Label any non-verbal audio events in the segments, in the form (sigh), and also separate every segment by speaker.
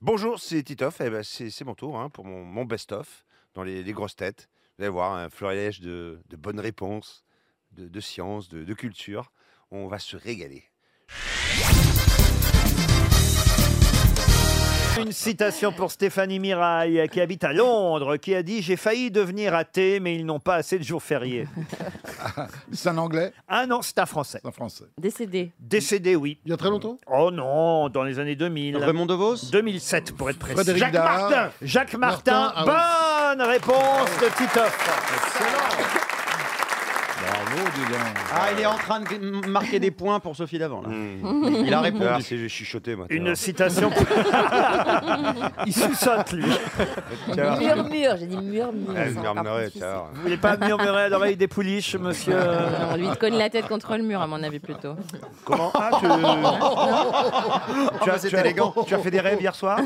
Speaker 1: Bonjour, c'est Titoff. Eh ben, c'est c'est mon tour hein, pour mon, mon best-of dans les, les grosses têtes. Vous allez voir un florilège de, de bonnes réponses, de, de science, de, de culture. On va se régaler.
Speaker 2: Une citation pour Stéphanie Mirail, qui habite à Londres, qui a dit J'ai failli devenir athée, mais ils n'ont pas assez de jours fériés.
Speaker 3: C'est un anglais,
Speaker 2: Ah non, c'est un Français.
Speaker 3: c'est un français.
Speaker 4: Décédé.
Speaker 2: Décédé, oui.
Speaker 3: Il y a très longtemps
Speaker 2: Oh non, dans les années 2000.
Speaker 5: Raymond DeVos
Speaker 2: 2007 pour être précis.
Speaker 3: Frédéric
Speaker 2: Jacques
Speaker 3: Dard.
Speaker 2: Martin. Jacques Martin.
Speaker 3: Martin, ah
Speaker 2: Bonne réponse de Titoff.
Speaker 3: Euh, Bravo, dis donc.
Speaker 5: Ah, il est en train de m- marquer des points pour Sophie d'avant.
Speaker 4: (laughs)
Speaker 5: là.
Speaker 1: (laughs) Mmh.
Speaker 5: Il a
Speaker 1: Ah,
Speaker 5: répondu.
Speaker 1: c'est- j'ai chuchoté maintenant.
Speaker 2: Une citation. pour-
Speaker 3: (laughs)
Speaker 2: Il suçote lui.
Speaker 1: Tiens,
Speaker 4: Murmure, j'ai dit murmure.
Speaker 1: elle
Speaker 4: sans avoir
Speaker 1: murmurait,
Speaker 4: de soucis.
Speaker 1: tiens.
Speaker 2: Vous voulez pas murmurer à l'oreille des pouliches, monsieur
Speaker 4: Non, lui, il te cogne la tête contre le mur, à mon avis, plutôt.
Speaker 1: Comment Ah, tu... tu as,
Speaker 5: c'est
Speaker 1: tu as-
Speaker 5: élégant.
Speaker 1: tu as fait des rêves hier soir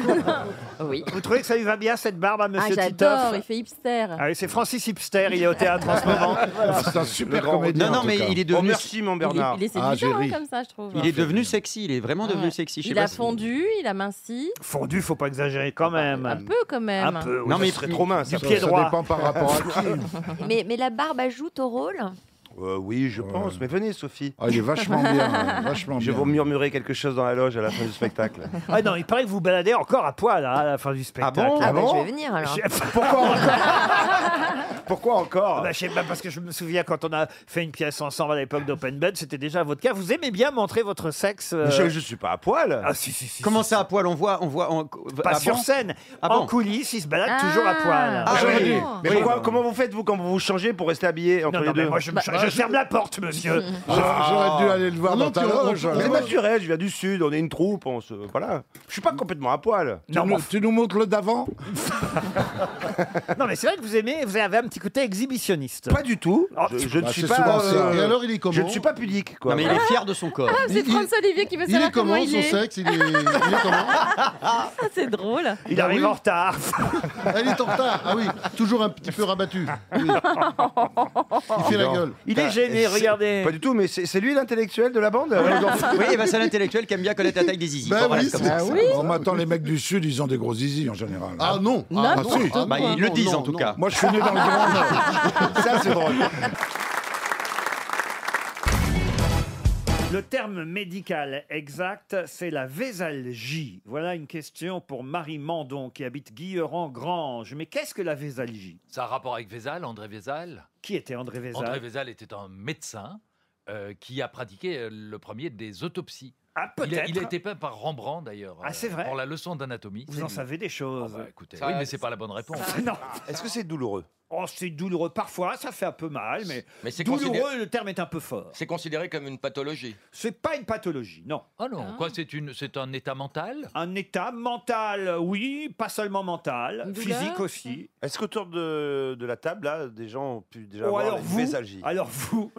Speaker 4: Oui.
Speaker 2: Vous trouvez que ça lui va bien cette barbe à
Speaker 4: Ah,
Speaker 2: monsieur Titoff
Speaker 4: j'adore, il fait hipster.
Speaker 2: Ah oui, c'est Francis Hipster, il est au théâtre en ce moment.
Speaker 3: Ah, (laughs) C'est un super
Speaker 1: grand-
Speaker 3: comédien.
Speaker 5: Non, non,
Speaker 3: en
Speaker 5: mais
Speaker 3: tout cas.
Speaker 5: il est
Speaker 1: Oh,
Speaker 5: devenu,
Speaker 1: merci, mon
Speaker 4: Il est-
Speaker 1: Bernard.
Speaker 4: Il est
Speaker 3: Ah, j'ai
Speaker 4: séduisant, hein,
Speaker 3: ri.
Speaker 4: comme ça, je trouve.
Speaker 5: il est devenu sexy. Il est vraiment devenu
Speaker 4: Ouais.
Speaker 5: sexy. Je sais
Speaker 4: Il
Speaker 5: pas
Speaker 4: a
Speaker 5: si-
Speaker 4: fondu, il a minci.
Speaker 2: Fondu, faut pas exagérer quand même.
Speaker 4: Bah, Un peu, quand même.
Speaker 2: Un peu, oui.
Speaker 5: Non, mais
Speaker 1: il serait trop mince.
Speaker 2: Du
Speaker 1: Euh, ça.
Speaker 2: pied
Speaker 3: ça
Speaker 2: droit.
Speaker 3: dépend par rapport à qui.
Speaker 6: Mais, mais la barbe ajoute au rôle.
Speaker 1: Euh, oui, je pense. Mais venez, Sophie.
Speaker 3: Ah, il est vachement bien, hein, vachement
Speaker 1: Je vais
Speaker 3: bien.
Speaker 1: vous murmurer quelque chose dans la loge à la fin du spectacle.
Speaker 2: Ah non, il paraît que vous baladez encore à poil hein, à la fin du spectacle.
Speaker 5: bon
Speaker 6: Ah,
Speaker 2: Ah
Speaker 6: bah,
Speaker 3: bon
Speaker 6: je vais venir alors.
Speaker 2: (laughs)
Speaker 3: Pourquoi encore Pourquoi
Speaker 2: bah,
Speaker 3: encore
Speaker 1: Ah,
Speaker 2: je sais pas, parce que je me souviens quand on a fait une pièce ensemble à l'époque d'Open Bed, c'était déjà votre cas. Vous aimez bien montrer votre sexe euh,
Speaker 1: bah, Je, je suis pas à poil.
Speaker 2: Ah si, si, si.
Speaker 5: Comment
Speaker 2: si,
Speaker 5: ça à poil On voit, on voit. on-
Speaker 2: Pas
Speaker 5: Ah
Speaker 2: sur
Speaker 5: bon
Speaker 2: scène.
Speaker 5: Ah
Speaker 2: en
Speaker 5: bon
Speaker 2: coulisses, il se balade toujours à poil.
Speaker 4: Ah,
Speaker 5: Ah,
Speaker 4: oui.
Speaker 5: oui.
Speaker 1: Mais pourquoi- comment vous faites, vous, quand vous vous changez pour rester habillé entre
Speaker 2: Non,
Speaker 1: les
Speaker 2: non,
Speaker 1: deux
Speaker 2: mais moi je, me-
Speaker 4: Bah,
Speaker 2: je- je ferme la porte,
Speaker 4: (laughs)
Speaker 2: monsieur.
Speaker 3: J'aurais dû aller le
Speaker 7: Ah
Speaker 3: voir dans ta loge.
Speaker 1: C'est naturel, je viens du sud, on est une troupe, on se. Voilà. Je suis pas complètement à poil.
Speaker 3: Tu,
Speaker 2: Non, mais
Speaker 3: nous, tu nous montres le d'avant
Speaker 2: enfin- non, mais c'est vrai que vous aimez, vous avez un petit côté exhibitionniste.
Speaker 1: Pas du tout.
Speaker 2: Oh,
Speaker 1: Je, je ne
Speaker 3: Bah,
Speaker 1: suis
Speaker 3: c'est
Speaker 1: pas.
Speaker 3: souvent ça.
Speaker 1: euh,
Speaker 7: Et alors, il est comment
Speaker 1: je ne suis pas pudique, quoi.
Speaker 5: Non, mais il
Speaker 4: (laughs)
Speaker 5: est fier de son corps.
Speaker 4: C'est
Speaker 7: Il- il-
Speaker 4: Franz Olivier qui veut
Speaker 7: Il est
Speaker 4: savoir comment
Speaker 7: comment
Speaker 4: il
Speaker 7: son
Speaker 4: est.
Speaker 7: sexe il est, il est comment
Speaker 4: Ah, c'est drôle.
Speaker 2: Il
Speaker 7: Bah
Speaker 2: arrive
Speaker 7: oui.
Speaker 2: en retard. (laughs)
Speaker 7: Ah, Il est en retard. Ah oui, toujours un petit peu rabattu. Oui. Il fait la
Speaker 1: Non.
Speaker 7: gueule.
Speaker 2: Il est gêné,
Speaker 1: C'est-
Speaker 2: regardez.
Speaker 1: Pas du tout, mais c'est c'est lui l'intellectuel de la bande Ouais, (laughs) donc-
Speaker 5: oui, et ben, c'est l'intellectuel qui aime bien connaître la taille des zizi.
Speaker 7: Ben
Speaker 5: Voilà,
Speaker 7: oui,
Speaker 5: c'est comme ça.
Speaker 7: c'est ça.
Speaker 3: On m'attend, les mecs du sud, ils ont des gros zizi en général.
Speaker 7: Ah non. Ah,
Speaker 4: N'importe
Speaker 7: si.
Speaker 4: quoi.
Speaker 5: Bah, ils le disent en tout cas.
Speaker 3: Moi, je suis né dans le grand Nord.
Speaker 1: ça, c'est drôle.
Speaker 2: Le terme médical exact, c'est la vésalgie. Voilà une question pour Marie Mandon qui habite Guillerand-Grange. Mais qu'est-ce que la vésalgie
Speaker 8: Ça a rapport avec Vézal, André Vézal.
Speaker 2: Qui était André Vézal
Speaker 8: André Vézal était un médecin euh, qui a pratiqué euh, le premier des autopsies.
Speaker 2: Ah,
Speaker 8: Il a,
Speaker 2: peut-être.
Speaker 8: il a été peint par Rembrandt d'ailleurs. euh,
Speaker 2: Ah, c'est vrai
Speaker 8: Pour la leçon d'anatomie.
Speaker 2: Vous en savez des
Speaker 8: Ah,
Speaker 2: choses. Ah,
Speaker 8: bah, écoutez,
Speaker 5: Ça-
Speaker 8: oui, mais c'est pas la bonne réponse.
Speaker 2: Non.
Speaker 1: Est-ce que c'est douloureux
Speaker 2: Oh, c'est douloureux parfois, ça fait un peu mal, mais
Speaker 9: Mais c'est
Speaker 2: douloureux,
Speaker 9: considéré,
Speaker 2: le terme est un peu fort.
Speaker 9: c'est considéré comme une pathologie.
Speaker 2: C'est pas une pathologie, non.
Speaker 8: Ah
Speaker 4: Hein
Speaker 8: non, quoi, c'est une, c'est un état mental.
Speaker 2: Un état mental, oui, pas seulement mental,
Speaker 4: Une douleur
Speaker 2: physique aussi.
Speaker 1: Est-ce qu'autour de, de la table, là, des gens ont pu déjà
Speaker 2: Ou
Speaker 1: avoir
Speaker 2: Oh, alors
Speaker 1: une
Speaker 2: vous,
Speaker 1: vésalgie
Speaker 2: alors vous,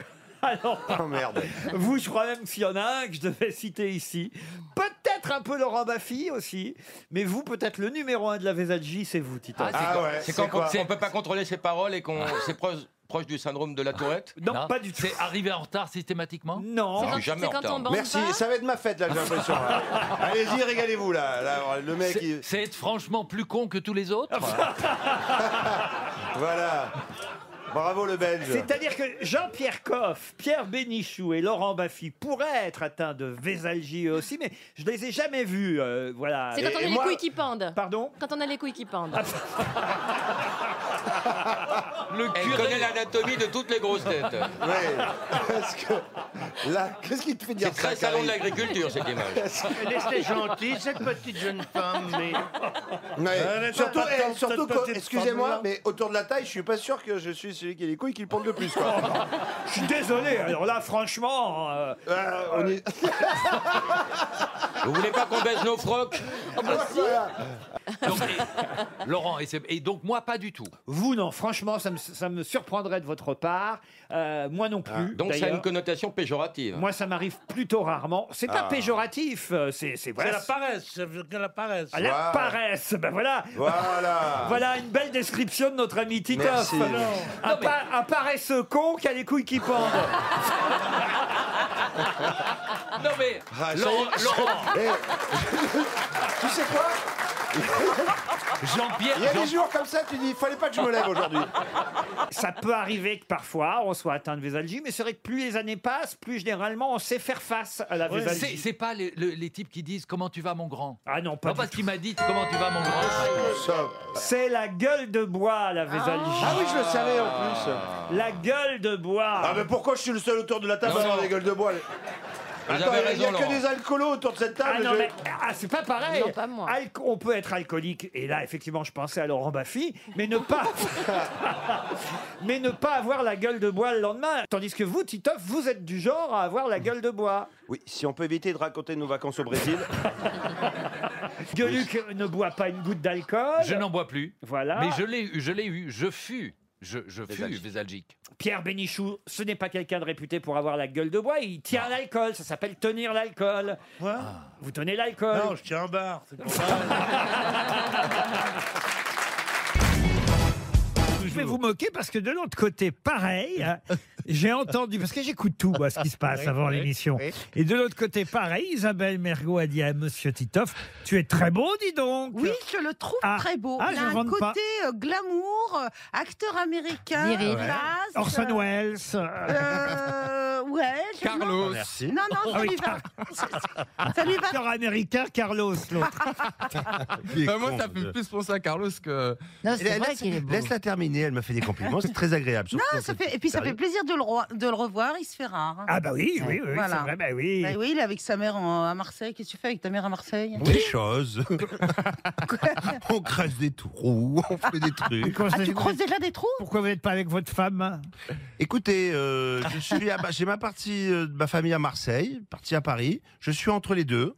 Speaker 2: alors
Speaker 1: Oh merde.
Speaker 2: Vous, je crois même qu'il y en a un que je devais citer ici. Peut-être un peu Laurent Baffy aussi, mais vous, peut-être le numéro un de la Vésalgie, c'est vous, Tito.
Speaker 8: Ah, c'est Ah.
Speaker 1: Ah
Speaker 9: quoi-
Speaker 1: ouais,
Speaker 9: C'est
Speaker 1: c'est
Speaker 9: quand
Speaker 1: quoi
Speaker 9: on, on peut pas contrôler ses paroles et qu'on c'est proche, proche du syndrome de la Tourette.
Speaker 2: non, pas du tout.
Speaker 8: C'est arrivé en retard systématiquement.
Speaker 2: Non.
Speaker 9: Je suis
Speaker 4: C'est
Speaker 9: jamais en
Speaker 4: quand
Speaker 9: retard.
Speaker 4: on bande
Speaker 1: Merci,
Speaker 4: pas.
Speaker 1: ça va être ma fête, là, j'ai
Speaker 2: (laughs)
Speaker 1: l'impression. hein. Allez-y, régalez-vous, là. là, Le mec, il-
Speaker 8: C'est c'est être franchement plus con que tous les autres.
Speaker 1: Voilà. Bravo, le Belge.
Speaker 2: C'est-à-dire que Jean-Pierre Coff, Pierre Bénichou et Laurent Baffy pourraient être atteints de Vésalgie eux aussi, mais je les ai jamais vus. euh, voilà.
Speaker 4: C'est
Speaker 2: Et-
Speaker 4: quand on
Speaker 1: et
Speaker 4: a les
Speaker 1: moi-
Speaker 4: couilles qui pendent.
Speaker 2: Pardon
Speaker 4: Quand on a les couilles qui pendent.
Speaker 8: Le
Speaker 9: Elle connaît l'anatomie de toutes les grosses têtes.
Speaker 1: Ouais. Parce que là, qu'est-ce qui te fait dire
Speaker 9: C'est
Speaker 1: ça
Speaker 9: très salon de
Speaker 1: Karine
Speaker 9: l'agriculture cette image.
Speaker 8: (laughs)
Speaker 10: Elle était gentille, cette petite jeune femme, mais
Speaker 1: Ouais.
Speaker 10: Arrête
Speaker 1: Surtout,
Speaker 10: pas,
Speaker 1: eh,
Speaker 10: attends,
Speaker 1: surtout
Speaker 10: t'as
Speaker 1: que-
Speaker 10: pas tes
Speaker 1: excusez-moi,
Speaker 10: formes, là.
Speaker 1: mais autour de la taille, je suis pas sûr que je suis celui qui a les couilles qui le porte le plus. Quoi.
Speaker 2: Je suis désolé. Alors là, franchement, euh,
Speaker 1: Euh, on est-
Speaker 9: Vous voulez pas qu'on baisse nos frocs
Speaker 8: Ah bah Donc, et-
Speaker 2: (laughs)
Speaker 8: Laurent, et, c'est- et donc moi pas du tout.
Speaker 2: vous, non, franchement, ça me, ça me surprendrait de votre part. Euh, moi non plus.
Speaker 9: Donc ça a
Speaker 2: d'ailleurs.
Speaker 9: une connotation péjorative.
Speaker 2: Moi, ça m'arrive plutôt rarement. C'est pas péjoratif, euh, c'est c'est
Speaker 10: c'est
Speaker 2: voilà.
Speaker 10: la paresse, ça veut dire que la paresse.
Speaker 2: Ah, la
Speaker 1: Wow.
Speaker 2: paresse. Ben voilà.
Speaker 1: (laughs) Voilà.
Speaker 2: Voilà une belle description de notre ami Titoff.
Speaker 1: Merci.
Speaker 2: Un, pa- un paresseux con qui a les couilles qui pendent. (laughs)
Speaker 8: Non mais
Speaker 1: Ah, ça y est.
Speaker 8: Laurent, Laurent,
Speaker 1: Eh, tu sais quoi
Speaker 8: Jean-Pierre.
Speaker 1: Il y a
Speaker 8: Jean-
Speaker 1: des jours comme ça, tu dis, il fallait pas que je me lève (laughs) aujourd'hui.
Speaker 2: Ça peut arriver que parfois on soit atteint de vésalgie, mais c'est vrai que plus les années passent, plus généralement on sait faire face à la
Speaker 8: Ouais.
Speaker 2: vésalgie.
Speaker 8: C'est c'est pas les, le- les types qui disent comment tu vas mon grand.
Speaker 2: Ah non,
Speaker 8: pas parce qu'il m'a dit comment tu vas mon grand.
Speaker 2: C'est la gueule de bois, la vésalgie.
Speaker 1: Ah oui, je le savais en plus.
Speaker 2: La gueule de bois.
Speaker 1: Ah, mais pourquoi je suis le seul autour de la table
Speaker 2: Non,
Speaker 1: à avoir
Speaker 2: non.
Speaker 1: des gueules de bois les-
Speaker 2: Vous
Speaker 1: Attends,
Speaker 2: avez
Speaker 1: il y a
Speaker 2: raison,
Speaker 1: que
Speaker 2: Laurent.
Speaker 1: des alcoolos autour de cette table.
Speaker 2: Ah non,
Speaker 1: je-
Speaker 2: mais ah, c'est pas pareil.
Speaker 11: Non, pas moi.
Speaker 2: Alco- on peut être alcoolique, et là, effectivement, je pensais à Laurent Baffy, mais ne pas, mais ne pas avoir la gueule de bois le lendemain. Tandis que vous, Titoff, vous êtes du genre à avoir la gueule de bois.
Speaker 1: Oui, si on peut éviter de raconter nos vacances au Brésil.
Speaker 2: Gueuluc ne boit pas une goutte d'alcool.
Speaker 8: Je n'en bois plus.
Speaker 2: Voilà.
Speaker 8: Mais je l'ai eu, je l'ai eu, je fus. Je, je fus
Speaker 2: Vésalgique.
Speaker 8: Vésalgique.
Speaker 2: Pierre Bénichou, ce n'est pas quelqu'un de réputé pour avoir la gueule de bois. Il tient
Speaker 12: Ah.
Speaker 2: à l'alcool. Ça s'appelle tenir l'alcool. Ah. Vous tenez l'alcool.
Speaker 12: Non, je tiens un bar. c'est pour ça.
Speaker 2: (laughs) Je vais vous moquer parce que de l'autre côté, pareil,
Speaker 12: (laughs)
Speaker 2: hein, j'ai entendu, parce que j'écoute tout, moi, ce qui se passe
Speaker 12: Oui,
Speaker 2: avant
Speaker 12: oui,
Speaker 2: l'émission.
Speaker 12: oui.
Speaker 2: Et de l'autre côté, pareil, Isabelle Mergot a dit à Monsieur Titoff Tu es très beau, dis donc
Speaker 13: Oui, je le trouve
Speaker 2: Ah.
Speaker 13: très beau.
Speaker 2: Ah,
Speaker 13: il
Speaker 2: je
Speaker 13: a un
Speaker 2: vante
Speaker 13: côté
Speaker 2: pas.
Speaker 13: euh, glamour, euh, acteur américain,
Speaker 2: Viril.
Speaker 13: classe,
Speaker 2: Ah. Orson
Speaker 13: euh,
Speaker 2: Welles.
Speaker 13: euh, ouais, je-
Speaker 2: Carlos.
Speaker 13: Non,
Speaker 2: Merci.
Speaker 13: non, non, ça
Speaker 2: Ah oui,
Speaker 13: lui va. (laughs)
Speaker 2: Ça lui va. Acteur américain, Carlos,
Speaker 12: (laughs)
Speaker 2: l'autre.
Speaker 14: Bah, moi, ça fait plus penser à Carlos que.
Speaker 13: Non, c'est vrai qu'il est beau.
Speaker 14: la Eh, terminer, elle me fait des compliments, c'est très agréable.
Speaker 13: Non, Ah, ça fait, et puis ça fait plaisir de le, roi- de le revoir, il se fait rare. hein.
Speaker 14: Ah bah oui, oui, oui, c'est vrai, bah oui.
Speaker 13: Bah oui, il est avec sa mère en- à Marseille. Qu'est-ce que tu fais avec ta mère à Marseille
Speaker 14: Des
Speaker 13: (laughs)
Speaker 14: choses. on creuse des trous, on fait des trucs.
Speaker 13: Ah, tu creuses déjà des trous
Speaker 2: Pourquoi vous n'êtes pas avec votre femme
Speaker 14: Écoutez, euh, je suis à- j'ai ma partie euh, de ma famille à Marseille, partie à Paris. Je suis entre les deux.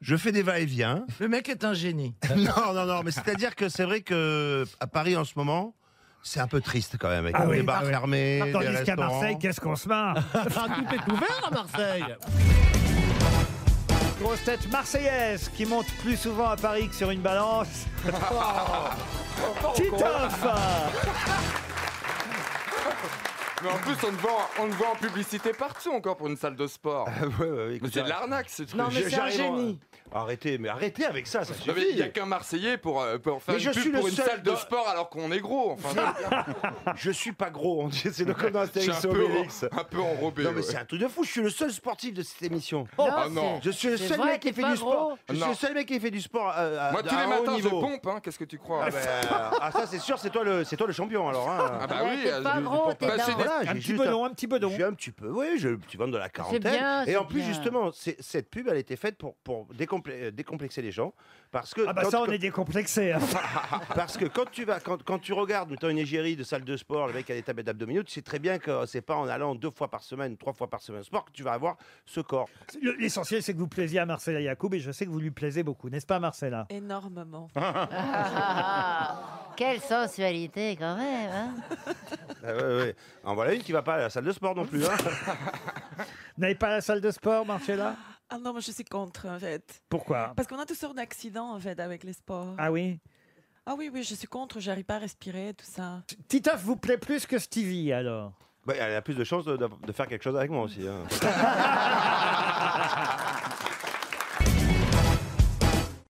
Speaker 14: Je fais des va-et-vient.
Speaker 12: Le mec est un génie.
Speaker 14: (laughs) non, non, non, mais c'est-à-dire que c'est vrai que à Paris en ce moment, c'est un peu triste quand même. Avec les bars fermés, les
Speaker 2: Tandis qu'à
Speaker 14: restaurants.
Speaker 2: Marseille, qu'est-ce qu'on se marre
Speaker 12: Tout est ouvert à Marseille.
Speaker 2: Grosse tête marseillaise qui monte plus souvent à Paris que sur une balance. Titoff
Speaker 15: Mais en plus, on te vend, on te vend en publicité partout encore pour une salle de
Speaker 1: Ah
Speaker 15: sport.
Speaker 14: Ah
Speaker 15: Mais c'est de l'arnaque, ce truc.
Speaker 1: Je- j'arrive en- Arrêtez, mais arrêtez avec ça, ça
Speaker 15: Non, mais il n'y a
Speaker 1: suffit.
Speaker 15: qu'un Marseillais pour, euh, pour faire
Speaker 1: Mais je
Speaker 15: une
Speaker 1: suis
Speaker 15: pub
Speaker 1: le
Speaker 15: pour une
Speaker 1: seul
Speaker 15: salle de
Speaker 1: dans-
Speaker 15: sport alors qu'on est gros. Enfin,
Speaker 1: (laughs) Je suis pas gros, on dit, c'est le code
Speaker 15: Je
Speaker 1: d'Astérix
Speaker 15: suis
Speaker 1: et
Speaker 15: un peu-
Speaker 1: Obélix.
Speaker 15: un peu enrobé,
Speaker 1: Non, mais
Speaker 15: ouais.
Speaker 1: c'est un truc de fou, je suis le seul sportif de cette émission.
Speaker 15: Oh, Ah non.
Speaker 1: Je suis le
Speaker 15: c'est
Speaker 1: seul
Speaker 15: vrai,
Speaker 1: mec qui
Speaker 15: t'es
Speaker 1: fait
Speaker 15: pas
Speaker 1: du
Speaker 15: gros.
Speaker 1: sport. Je suis
Speaker 15: Non.
Speaker 1: le seul mec qui fait du sport. euh, à-
Speaker 15: moi, tous
Speaker 1: à
Speaker 15: les
Speaker 1: un haut
Speaker 15: matins, je
Speaker 1: niveau.
Speaker 15: pompe, hein, qu'est-ce que tu crois
Speaker 1: Ah, bah, ah, ça c'est sûr, c'est toi le, c'est toi le champion alors. hein.
Speaker 15: Ah bah Ouais, oui, t'es euh, pas je- gros, t'es bah, c'est dingue. des-
Speaker 1: Voilà,
Speaker 15: un
Speaker 1: j'ai
Speaker 15: petit
Speaker 1: juste
Speaker 15: bedon,
Speaker 2: un petit bedon.
Speaker 1: J'ai un petit peu, oui, j'ai un petit ventre de la quarantaine.
Speaker 2: bien,
Speaker 1: et en
Speaker 2: c'est
Speaker 1: plus
Speaker 2: bien.
Speaker 1: justement, c'est- cette pub, elle était faite pour pour décomple- euh, décomplexer les gens parce que.
Speaker 2: Ah bah
Speaker 1: quand-
Speaker 2: ça, on est décomplexé. hein.
Speaker 1: Parce que quand tu vas, quand, quand tu regardes, mettons une égérie de salle de sport, le mec a des tablettes d'abdominaux, tu sais très bien que c'est pas en allant deux fois par semaine, trois fois par semaine au sport que tu vas avoir ce corps.
Speaker 2: Le- L'essentiel, c'est que vous plaisiez à Marcella Yacoub et je sais que vous lui plaisez beaucoup, n'est-ce pas, Marcella
Speaker 4: (laughs)
Speaker 16: Énormément.
Speaker 4: Ah, Quelle sensualité quand même. hein.
Speaker 1: Ah ouais, ouais. En voilà une qui va pas à la salle de sport non plus. (laughs) hein.
Speaker 2: Vous n'avez pas à la salle de sport, Marcella
Speaker 16: Ah non, moi je suis contre en fait.
Speaker 2: Pourquoi
Speaker 16: Parce qu'on a toutes sortes d'accidents en fait avec les sports.
Speaker 2: Ah oui
Speaker 16: Ah oui, oui, je suis contre, j'arrive pas à respirer, tout ça.
Speaker 2: Titoff vous plaît plus que Stevie, alors
Speaker 1: Bah, elle a plus de chances de, de- de faire quelque chose avec moi aussi. hein.